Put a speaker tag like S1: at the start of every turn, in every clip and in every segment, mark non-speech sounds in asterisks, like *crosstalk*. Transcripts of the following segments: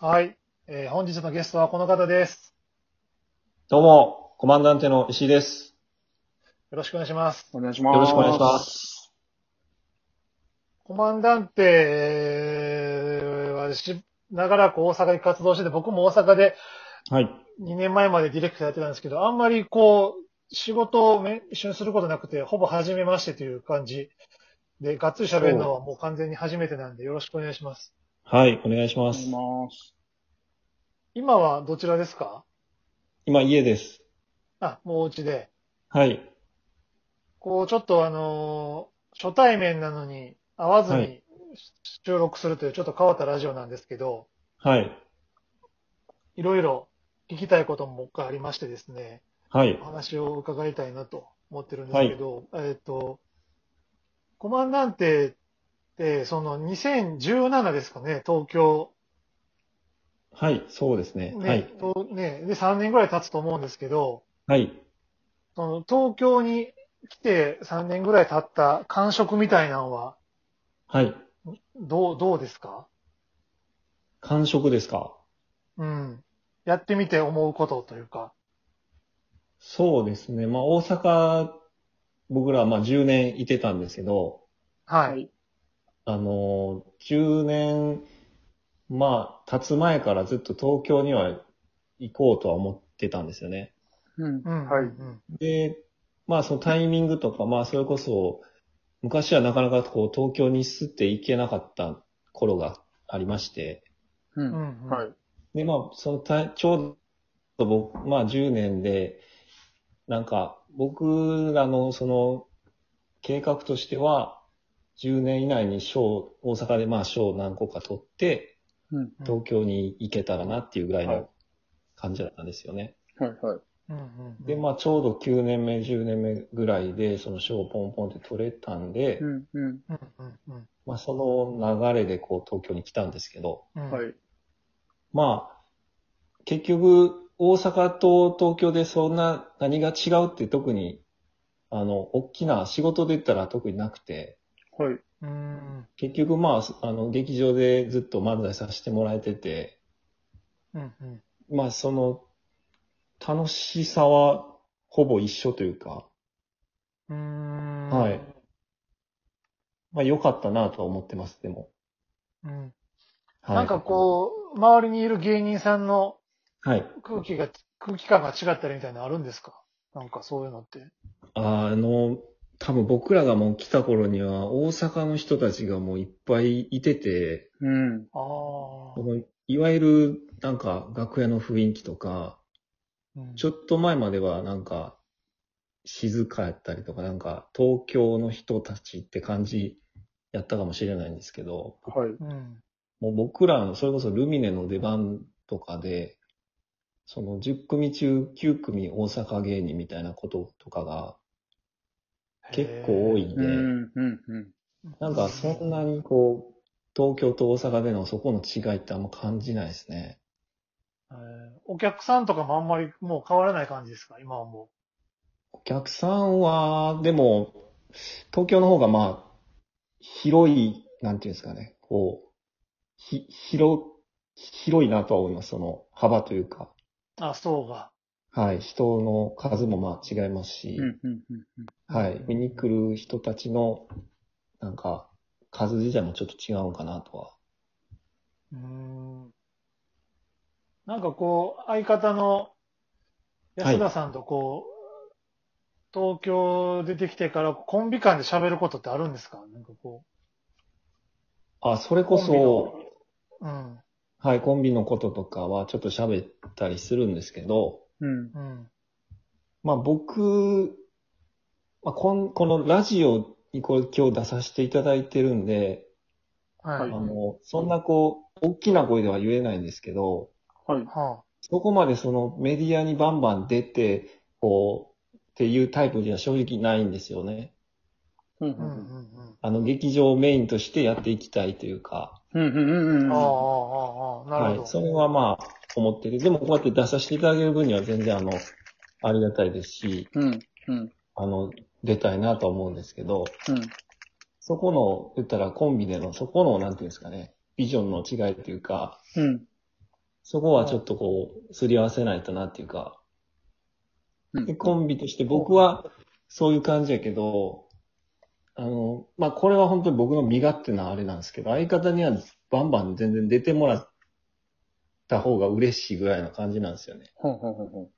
S1: はい。えー本日のゲストはこの方です。
S2: どうも、コマンダンテの石井です。
S1: よろしくお願いします。
S3: お願いし
S2: よ
S3: ます。
S2: ろしくお願いします。
S1: コマンダンテえーはし、長らく大阪に活動してて、僕も大阪で
S2: はい。
S1: 2年前までディレクターやってたんですけど、あんまりこう、仕事をめ一緒にすることなくて、ほぼ初めましてという感じで、がっつり喋るのはもう完全に初めてなんで、よろしくお願いします。
S2: はい、お願いしま
S3: お願い
S2: す
S3: し。ます。
S1: 今はどちらですか
S2: 今、家です。
S1: あ、もうお家で。
S2: はい。
S1: こう、ちょっとあのー初対面なのに会わず
S2: は
S1: に
S2: い
S1: 収録するというちょっと変わったラジオなんですけど、
S2: はい。
S1: いろいろ聞きたいこともありましてですね、
S2: はい
S1: お。話を伺いたいなと思ってるんですけど、えっ、と、コマンダンテって、その2017ですかね、東京、
S2: はい、そうですね。
S1: ね、
S2: はい。
S1: とねで3年ぐらい経つと思うんですけど、
S2: はい。
S1: その東京に来て3年ぐらい経った感触みたいなのは、
S2: はい。
S1: どう、どうですか
S2: 感触ですか
S1: うん。やってみて思うことというか。
S2: そうですね。まあ、大阪、僕ら、まあ、10年いてたんですけど、
S1: はい。
S3: はい
S2: あのー、10年、まあ、経つ前からずっと東京には行こうとは思ってたんですよね。
S3: うん。
S1: うん。
S3: は
S1: う
S3: い。
S1: ん
S2: で、まあそのタイミングとか、まあそれこそ、昔はなかなかこう東京に住って行けなかった頃がありまして、
S3: う。
S1: うんん。うん。
S3: はい。
S2: でまあそのたちょうど僕、まあ10年で、なんか僕らのその計画としては、10年以内に賞、大阪でまあ賞何個か取って、
S3: うん。
S2: 東京に行けたらなっていうぐらい
S3: は
S2: の
S3: い
S2: 感じだったんですよね。
S3: はい。はい。
S1: うんうんうん。
S2: で、まあ、ちょうど9年目、10年目ぐらいで、その賞をポンポンって取れたんで、
S3: うん。うん。
S1: うんうん
S2: まあ、その流れで、こう、東京に来たんですけど、
S1: うん。。
S3: はいい。
S2: まあ、結局、大阪と東京でそんな何が違うって特に、あの、大きな仕事で言ったら特になくて、
S3: はい。
S1: うん。
S2: 結局、まあ、あの、劇場でずっと漫才させてもらえてて、
S1: うんうん。
S2: まあ、その、楽しさはほぼ一緒というか、
S1: うん。
S2: はいまあ、良かったなとは思ってます、でも。
S1: うん。
S2: はい
S1: なんかこう、周りにいる芸人さんの
S2: はい。
S1: 空気が、空気感が違ったりみたいなのあるんですかなんかそういうのって。
S2: あの、多分僕らがもう来た頃には、大阪の人たちがもういっぱいいてて、
S3: うん。
S1: ああ。
S2: このいわゆるなんか楽屋の雰囲気とか、
S1: うん
S2: ちょっと前まではなんか静かやったりとか、なんか東京の人たちって感じやったかもしれないんですけど、
S3: はい。
S1: うん。
S2: もう僕らの、それこそルミネの出番とかで、その10組中9組大阪芸人みたいなこととかが結構多いん
S3: う
S2: で、
S3: ん。うん。うん。
S2: なんかそんなにこう、東京と大阪でのそこの違いってあんま感じないですね。
S1: えーお客さんとかもあんまりもう変わらない感じですか今はも
S2: お客さんは、でも、東京の方がまあ、広い、なんていうんですかね、こう、ひ、広、広いなとは思います。その幅というか、
S1: う。あ、そうが。
S2: はい、人の数もまあ違いますし、
S3: うん。うん。
S2: はい、見に来る人たちの、なんか、数自体もちょっと違うんかなとは。
S1: うーんなんかこう、相方の安田さんとこう、東京出てきてからコンビ間で喋ることってあるんですかなんかこ
S2: あ、それ
S1: う。
S2: こ
S1: コンビ
S2: そ、
S1: の。
S2: はい、コンビのこととかはちょっと喋ったりするんですけど、
S3: うん。
S1: うん、うん、
S2: まあ僕、まあ、こんこのラジオにこれ今日出させていただいてるんで、
S1: は。
S3: はいい
S2: あの、そんなこう、大きな声では言えないんですけど、
S3: はい。
S1: は
S2: そこまでそのメディアにバンバン出て、こう、っていうタイプでは正直ないんですよね。
S3: うん。
S1: あ、うん、うん、
S2: あの、劇場をメインとしてやっていきたいというか、
S3: うん。うん。
S1: う。
S3: うんん。
S1: ああ、あ
S3: は
S1: あ、ああ、な
S2: は
S1: る
S2: い、
S1: ほ
S2: そ
S1: ど。
S2: れはまあ、思ってて、でもこうやって出させていただける分には全然あの、ありがたいですし、
S3: い。うん。うん。
S2: あの、出たいなとは思うんですけど、
S3: うん。
S2: そこの、言ったらコンビでの、そこの、なんていうんですかね、ビジョンの違いというか、
S3: うん。
S2: そこはちょっとこう、すり合わせないとなっていうか、
S3: うん
S2: でコンビとして僕はそういう感じやけど、あの、まあ、これは本当に僕の身勝手なあれなんですけど、相方にはバンバン全然出てもらった方が嬉しいぐらいの感じなんですよね。
S3: ほうほうほう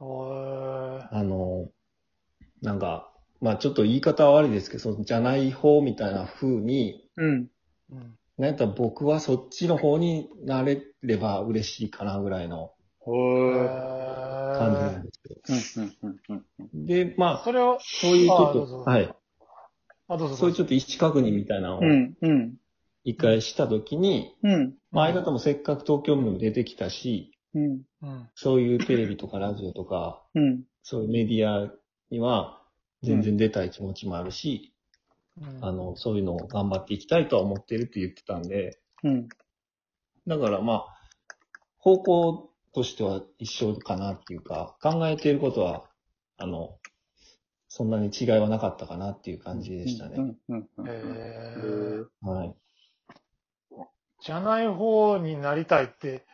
S3: ほ
S1: おー
S2: あの、なんか、まあ、ちょっと言い方は悪いですけど、そのじゃない方みたいな風に、
S3: う。うん。
S1: うん。
S2: なんやったら僕はそっちの方になれれば嬉しいかなぐらいの
S3: ほ
S1: へ
S3: う。
S2: 感じな
S1: ー
S2: んですよ。
S3: うんうんうんうん。
S2: で、まあ、
S1: それを、
S2: そういうちょ
S1: あどう
S2: っ
S1: ぞ
S2: と、はい。
S1: あ、どうぞ。
S2: そういうちょ
S1: っ
S2: っと意思確認みたいなのを
S3: うんうん。
S2: 一回したときに、
S3: うん
S2: まあ相方もせっかく東京にも出てきたし、
S3: うん
S1: と。うん。
S2: そういうテレビとかラジオとか、
S3: うん。
S2: そういうメディアには全然出たい気持ちもあるし、
S1: うん
S2: あの、そういうのを頑張っていきたいとは思ってるって言ってたんで、
S3: うん。
S2: だからまあ、方向としては一緒かなっていうか、考えていることは、あの、そんなに違いはなかったかなっていう感じでした
S3: う
S2: ね。
S3: んうんうんうん。
S1: へ
S3: へ
S1: ー
S3: ー
S2: はい。
S1: じゃない方になりたいって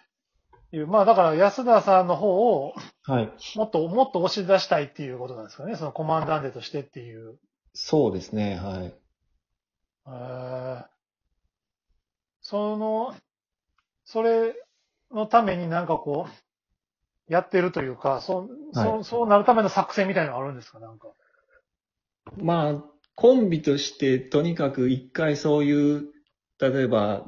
S1: いう、まあだから安田さんの方を
S2: はい。
S1: もっともっと押し出したいっていうことなんですかね、そのコマンダンデとしてっていう。
S2: そうですね、はい。
S1: えーその、それのためになんかこう、やってるというか、そそ,、
S2: は
S1: そうなるための作戦みたいなのがあるんですか、なんか。
S2: まあ、コンビとして、とにかく一回そういう、例えば、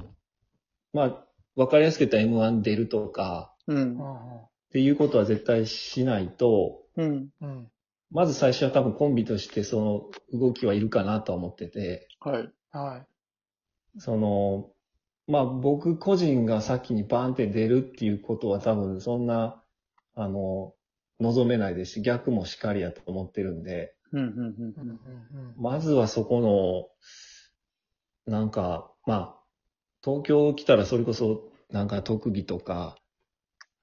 S2: まあ、わかりやすく言ったら M1 出るとか、
S3: う
S1: うんん
S2: っていうことは絶対しないと、
S3: うん。
S1: うんうん
S2: まず最初は多分コンビとしてその動きはいるかなとは思ってて、
S3: はい。
S1: はい。
S2: その、まあ僕個人が先にバーンって出るっていうことは多分そんな、あの、望めないですし、逆もしかりやと思ってるんで、
S3: うんうん
S1: う
S3: うん
S1: うんう
S3: ん
S1: ん
S2: まずはそこの、なんか、まあ、東京来たらそれこそ、なんか特技とか、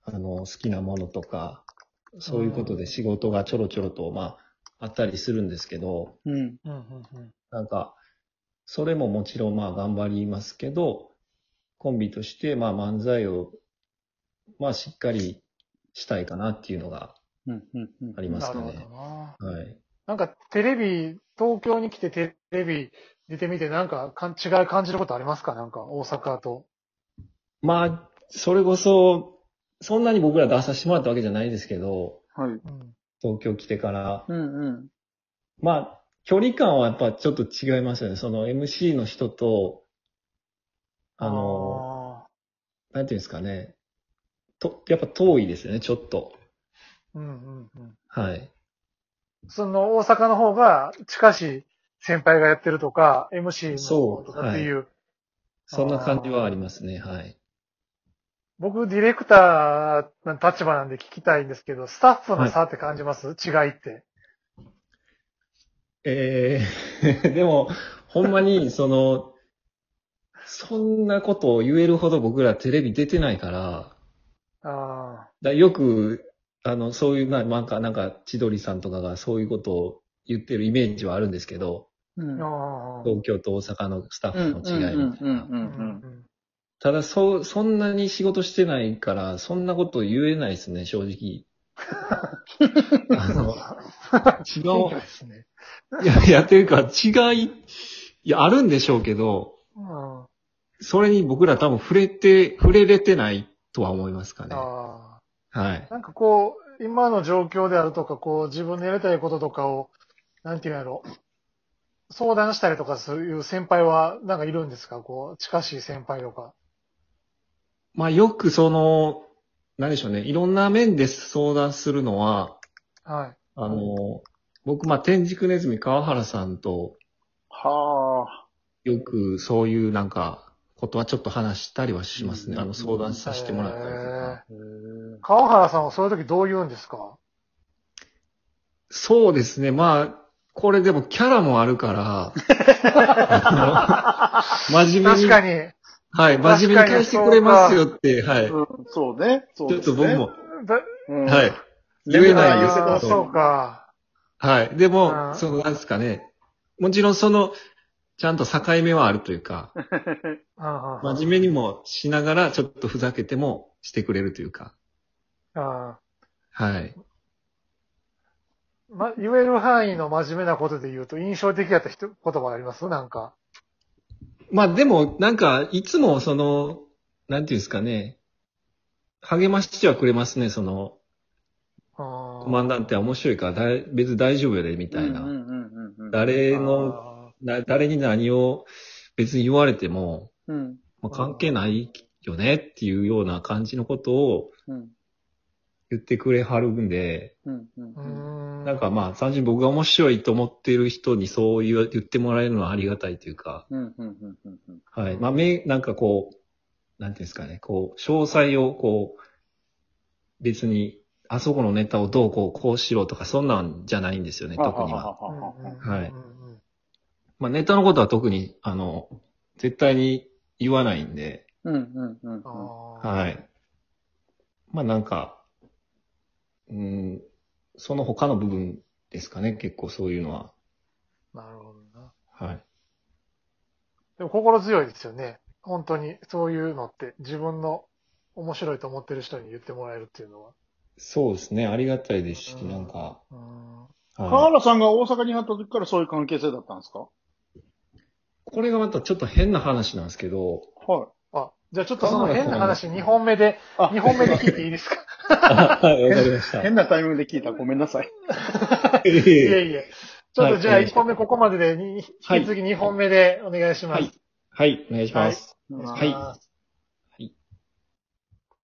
S2: あの、好きなものとか、そういうことで仕事がちょろちょろと、まあ、あったりするんですけど、
S3: うん。うん。
S1: うんうん
S2: なんか、それももちろんまあ頑張りますけど、コンビとしてまあ漫才を、まあしっかりしたいかなっていうのが
S3: うんうんうん
S2: あり
S1: う
S2: ま
S1: ん。
S2: す
S1: な
S2: か
S1: る
S2: ね。
S1: ほどな。
S2: はい。
S1: なんかテレビ、東京に来てテレビ出てみて、なんかかん違い感じることありますかなんか大阪と。
S2: まあ、それこそ、そんなに僕ら出させてもらったわけじゃないですけど、
S3: はい。
S1: うん。
S2: 東京来てから。
S3: うんうん。
S2: まあ、距離感はやっぱちょっと違いますよね。その MC の人と、あの、なんていうんですかね。と、やっぱ遠いですよね、ちょっと。
S1: あー、うんうんうん。
S2: はい。
S1: その大阪の方が近しい先輩がやってるとか、MC の方とかっていう。
S2: そんな感じはありますね、はい。
S1: 僕、ディレクターの立場なんで聞きたいんですけど、スタッフの差って感じます、違いって。
S2: えー、 *laughs* でも、ほんまに、その、そんなことを言えるほど僕らテレビ出てないから、
S1: あ
S2: だよく、あの、そういうな、なんか、なんか、千鳥さんとかがそういうことを言ってるイメージはあるんですけど、
S3: うん
S1: ーあー。
S2: 東京と大阪のスタッフの違いみたいな。
S3: う
S2: ただ、そう、そんなに仕事してないから、そんなこと言えないですね、正
S3: *laughs*
S2: 直。あの、違う、
S1: ですね。
S2: いや、いやっていうか、違い、いや、あるんでしょうけど、
S1: うん。あ
S2: それに僕ら多分触れて、触れれてないとは思いますかね。
S1: あ。
S2: はい。
S1: なんかこう、今の状況であるとか、こう、自分のやりたいこととかを、なんていうんやろ、相談したりとかそういう先輩は、なんかいるんですかこう、近しい先輩とか。
S2: まあ、よくその、なんでしょうね、いろんな面で相談するのは、
S1: はい。
S2: あの、僕、まあ、天竺ネズミ川原さんと
S3: はあ。
S2: よくそういうなんか、ことはちょっと話したりはしますね。あの、相談させてもらったりとか。
S1: えー川原さんはそういう時どう言うんですか
S2: そうですね。まあ、これでもキャラもある
S3: *laughs*
S2: から、あの真
S1: 確
S2: 面目に、
S1: かに。
S2: はい、真面目に返してくれますよって、はい。ち
S3: うん、そうね。そう
S2: ょっ
S3: です
S2: と
S3: ね
S2: 僕も、
S1: だ
S3: うん
S2: はい。。言えな
S1: あー
S2: い
S3: よ
S2: ですけ
S1: そ
S2: ど
S1: う。か。
S2: はい。で
S1: う
S2: も、
S1: ん
S2: その、なんですかね。もちろんその、ちゃんと境目はあるというか、
S1: あ
S2: 真面目にもしながら、ちょっとふざけてもしてくれるというか、
S1: ああ
S2: はい。
S1: あま、言える範囲の真面目なことで言うと、印象的やったひと言葉ありますなんか。
S2: まあでも、なんか、いつもその、なんていうんですかね、励ましてはくれますね、その、
S1: コ
S2: コマンダンテは面白いから、だい別に大丈夫やで、みたいな。
S3: うんうんうんうんうん。
S2: 誰の、な誰に何を別に言われても、
S3: うん。
S2: まあ、関係ないよねっていうような感じのことを
S3: うん。
S2: 言ってくれはるんで、
S3: うんうん
S1: う
S3: うん。
S1: ん。
S2: なんかまあ、単純に僕が面白いと思っている人にそう言う言ってもらえるのはありがたいというか、
S3: うんうんうんうんうん。
S2: はい。まあ、め、なんかこう、なんていうんですかね、こう、詳細をこう、別に、あそこのネタをどうこう、こうしろとか、そんなんじゃないんですよね、特には。
S1: うん、
S3: は
S1: うん
S2: はい
S1: うんうん
S2: まあ、ネタのことは特に、あの、絶対に言わないんで、
S3: うんうんうんうん。
S1: あ
S3: は
S1: あ
S2: はい。まあ、なんか、うん、その他の部分ですかね、結構そういうのは。
S1: なるほどな。
S2: はい。
S1: でも心強いですよね。本当に、そういうのって、自分の面白いと思ってる人に言ってもらえるっていうのは。
S2: そうですね、ありがたいですし、
S1: うん
S2: なんか、
S1: うん。
S3: 河
S2: はい、
S3: 原さんが大阪にあった時からそういう関係性だったんですか
S2: これがまたちょっと変な話なんですけど、
S3: は
S1: あ、じゃあちょっとその
S2: そうなんですね
S1: 変な話、2本目で、
S3: あ
S1: 2本目で聞いていいですか
S2: はい、わかりまし
S3: い。
S2: た。
S3: 変なタイミングで聞いた。ごめんなさい。
S2: い *laughs* えい
S1: い
S2: え
S1: えいえ。ちょっとじゃあ
S2: はい
S1: 1本目ここまでで、に引き続き2本目でお願いします。
S2: はい、お願いします。
S1: お願いし
S2: はい
S1: ます。